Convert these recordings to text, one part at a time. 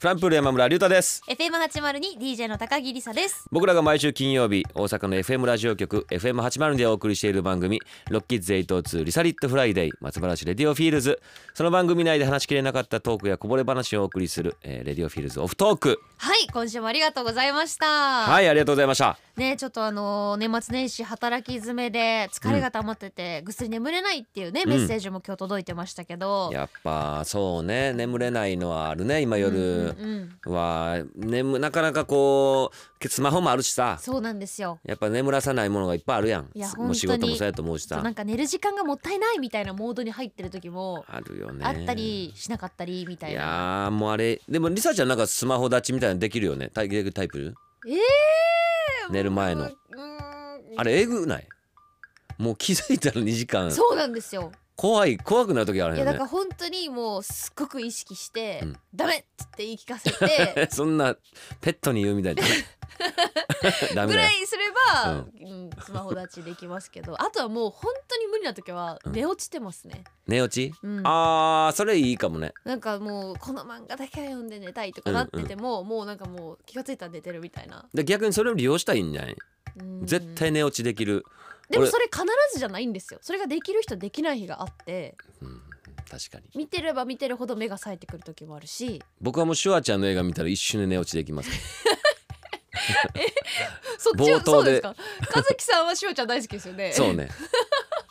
トランプール山村隆太です FM802 DJ の高木梨沙です僕らが毎週金曜日大阪の FM ラジオ局 FM80 でお送りしている番組「ロッキーズ802リサリットフライデー松原市レディオフィールズ」その番組内で話しきれなかったトークやこぼれ話をお送りする、えーレディオフィールズオフトークはい今週もありがとうございましたはいありがとうございましたねちょっとあのー年末年始働き詰めで疲れが溜まってて、ぐっすり眠れないっていうねメッセージも今日届いてましたけど、やっぱそうね眠れないのはあるね今うん夜うんは、眠なかなかこうスマホもあるしさそうなんですよやっぱ眠らさないものがいっぱいあるやんいやもう仕本事当にもそうやと思うしそうさなんか寝る時間がもったいないみたいなモードに入ってる時もあるよねあったりしなかったりみたいいなやーもうあれでもリサちゃんなんかスマホ立ちみたいなのできるよねタイできるタイプえー、寝る前のうーんあれえぐないもう気づいたら2時間そうなんですよ怖い怖くなる時あるいやよだねから本当にもうすっごく意識して「うんダメ!」っつって言い聞かせて そんなペットに言うみたいな ダメぐだらよいすれば、うんスマホ立ちできますけどあとはもう本当に無理な時はうん寝落ちてますね、寝落ち、うんあーそれいいかもねなんかもうこの漫画だけは読んで寝たいとかなってても、もうなんかもう気がついたら寝てるみたいな、で逆にそれを利用したらいいんじゃない、うん絶対寝落ちできる、でも俺それ必ずじゃないんですよそれができる人できない日があってうん、確かに見てれば見てるほど目が冴えてくる時もあるし僕はもうシュワちゃんの映画見たら一瞬で寝落ちでき ますそっちは 冒頭そうでですか和樹さんはしおちゃん大好きですよねそうね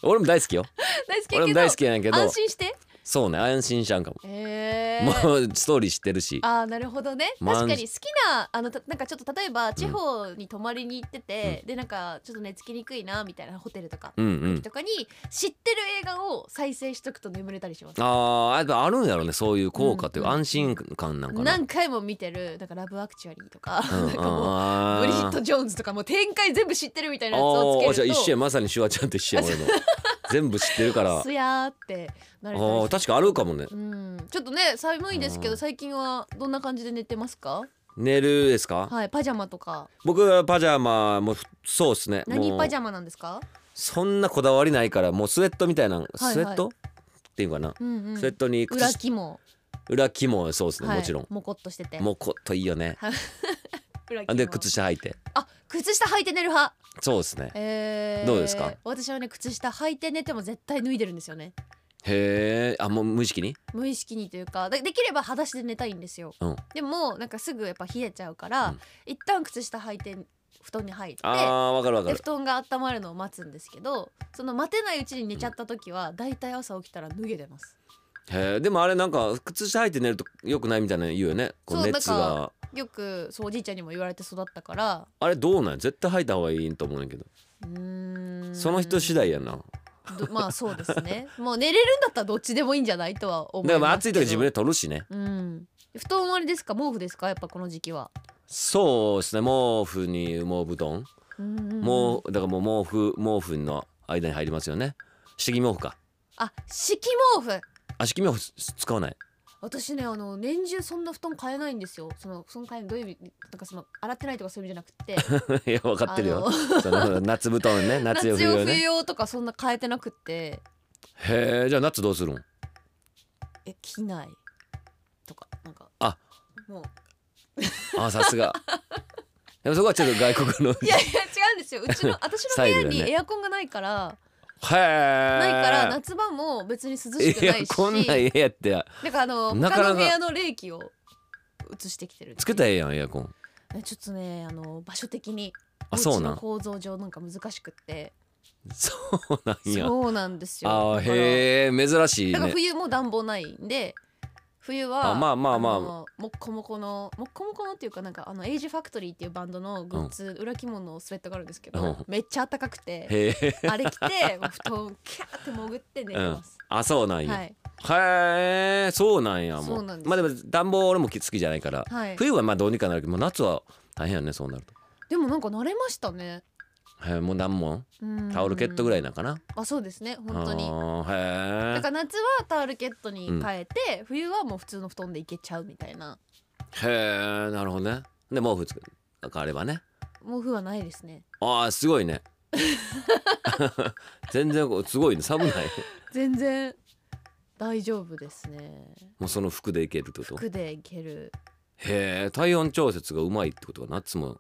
俺も大好きよ 大好きや俺もけど大好きやねんけど安心してそうね安心しちゃうかも、えー、もうストーリー知ってるしあーなるほどねまあ確かに好きなあのたなんかちょっと例えば地方に泊まりに行ってて、でなんかちょっと寝つきにくいなみたいなホテルとか、うんうんとかに知ってる映画を再生しとくと眠れたりしますあーやっぱあるんやろねそういう効果といううんうん安心感なんかな何回も見てるなんかラブアクチュアリーとか、うんなんかもうあーブリジット・ジョーンズとかもう展開全部知ってるみたいなやつをあーつじけゃある一と緒やまさにシュワちゃんと一緒や俺 も全部知ってるからあすやーってなれたりーしま確かあるかもねすうん、ちょっとね寒いですけうどん最近はどんな感じで寝てますか寝るですか、はいパジャマとか僕はパジャマもそうですね何もうパジャマなんですかそんなこだわりないからもうスウェットみたいな、スウェットっていうかな、うんうんスウェットに靴裏下木も裏木もそうですね、はいもちろんもこっとしててもうこっといいよね裏あ木でも靴下履いてあ靴下履いて寝る派、そうですねえーどうですか私はね靴下履いて寝ても絶対脱いでるんですよねへえあもう無意識に無意識にというかでできれば裸足で寝たいんですよ、うんでもなんかすぐやっぱ冷えちゃうから、うん一旦靴下履いて布団に入ってあーわかるわかでる布団が温まるのを待つんですけどその待てないうちに寝ちゃった時は、だいたい朝起きたら脱げてますへえでもあれなんか靴下履いて寝ると良くないみたいなの言うよねこうそう熱なんがよくそうおじいちゃんにも言われて育ったからあれどうなん絶対履いた方がいいと思うねんだけどうーんその人次第やなどまあそうですね もう寝れるんだったらどっちでもいいんじゃないとは思いますでも暑い時自分でで取るしねうん布団はあれですか毛布ですかやっぱこの時期はそうですね毛布に羽毛布団うんうんうんもうだからもう毛布毛布の間に入りますよね敷毛布かあ敷毛布あ敷毛布使わない 私ねあの年中そんな布団買えないんですよその布団買えないどういう意味なんかその洗ってないとかそういう意味じゃなくっていや分かってるよその夏布団 ね 夏夏用用冬用冬ね用とかそんな買えてなくってへえじゃあ夏どうするんえ着ないとかなんかあもうあさすがでもそこはちょっと外国のいやいや違うんですようちの私の部スタイ屋ルだによねエアコンがないから、へえないから夏場も別に涼しくいなやいしこんな家やってなんかあのなかなか他の部屋の冷気を移してきてるっていうつけたらええやんエアコンねちょっとねあの場所的にあそうなお家のん構造上なんか難しくってそうなんやそうなんですよあだからへえ珍しいだからね冬も暖房ないんで冬はあまあまあまあのもっこもこのもっこもこのっていうかなんかあのエイジファクトリーっていうバンドのグッズ、裏着物のスウェットがあるんですけど、うんめっちゃ暖かくてへえあれ着てもう布団キャーって潜って寝てます、あそうなんや、はいへえそうなんやもそううなんですまあでも暖房俺も好きじゃないから、はい冬はまあどうにかなるけどもう夏は大変やねそうなるとでもなんか慣れましたねへえもう何もうんタオルケットぐらいなんかなあそうですね本当にあだーから夏はタオルケットに変えて、冬はもう普通の布団でいけちゃうみたいなへえへえなるほどねで毛布つくあればね毛布はないですねあーすごい ね全然すごいね寒ない全然大丈夫ですねもうその服でいけるってこと服でいけるへえ体温調節がうまいってことは夏もう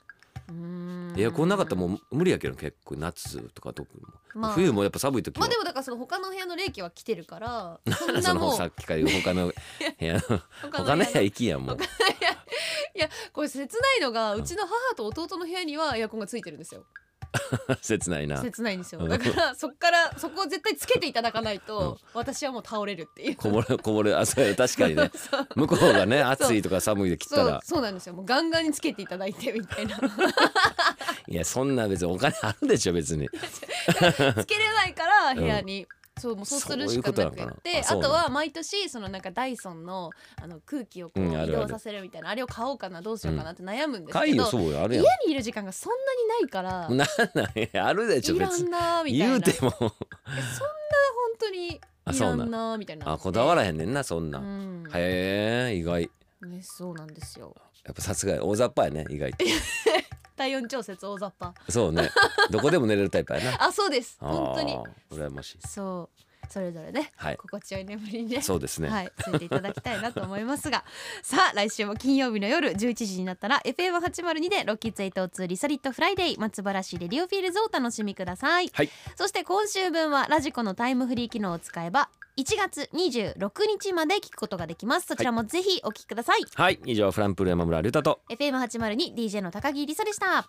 ーんエアコンなかったらもう無理やけど結構夏とか特に、まあ冬もやっぱ寒い時まはあでもだからその他の部屋の冷気は来てるからそんな そものうさっきから他の部屋の他 他のの部部屋屋のい行きや もうやこれ切ないのがうちの母と弟の部屋にはエアコンがついてるんですよ切ないな切ないんですようん だからそっからそこを絶対つけていただかないと私はもう倒れるっていうこぼれこぼれあそうや確かにね そう向こうがね暑いとか寒いで切ったそうらそうなんですよもうガンガンにつけていただいてみたいないやそんな別にお金あるでしょ別 につけれないから部屋に、そうもうそうするしかなくそういうことなのっかなてああそうなのとは毎年そのなんかダイソンのあの空気をこううんあるあ移る動させるみたいな、あれを買おうかなどうしようかなって悩むんです会けよど、そうよある家やにんいる時間がそんなにないかならんなん あるでしょいら別にんなーみたい言なうてもそんな本当にいあそらうなんんなーみたいなあこだわららへんねんなそんな、、うんん、へえ意外やね、そうなんですよっぱさすが大雑把やね意外と体温調節大雑把そうねどこでも寝れるタイプやなあそうです本当にあー羨ましいそうそれぞれね、はい心地よい眠りにねそうですね、はい、ついていただきたいなと思いますが さあ来週も金曜日の夜11時になったら FM802 でロッキーズ802リサリットフライデー松原市レディオフィールズをお楽しみください、はいそして今週分はラジコのタイムフリー機能を使えば1月26日まで聞くことができますそちらもぜひお聞きください、はい以上フランプール山村龍太と FM802DJ の高木りさでした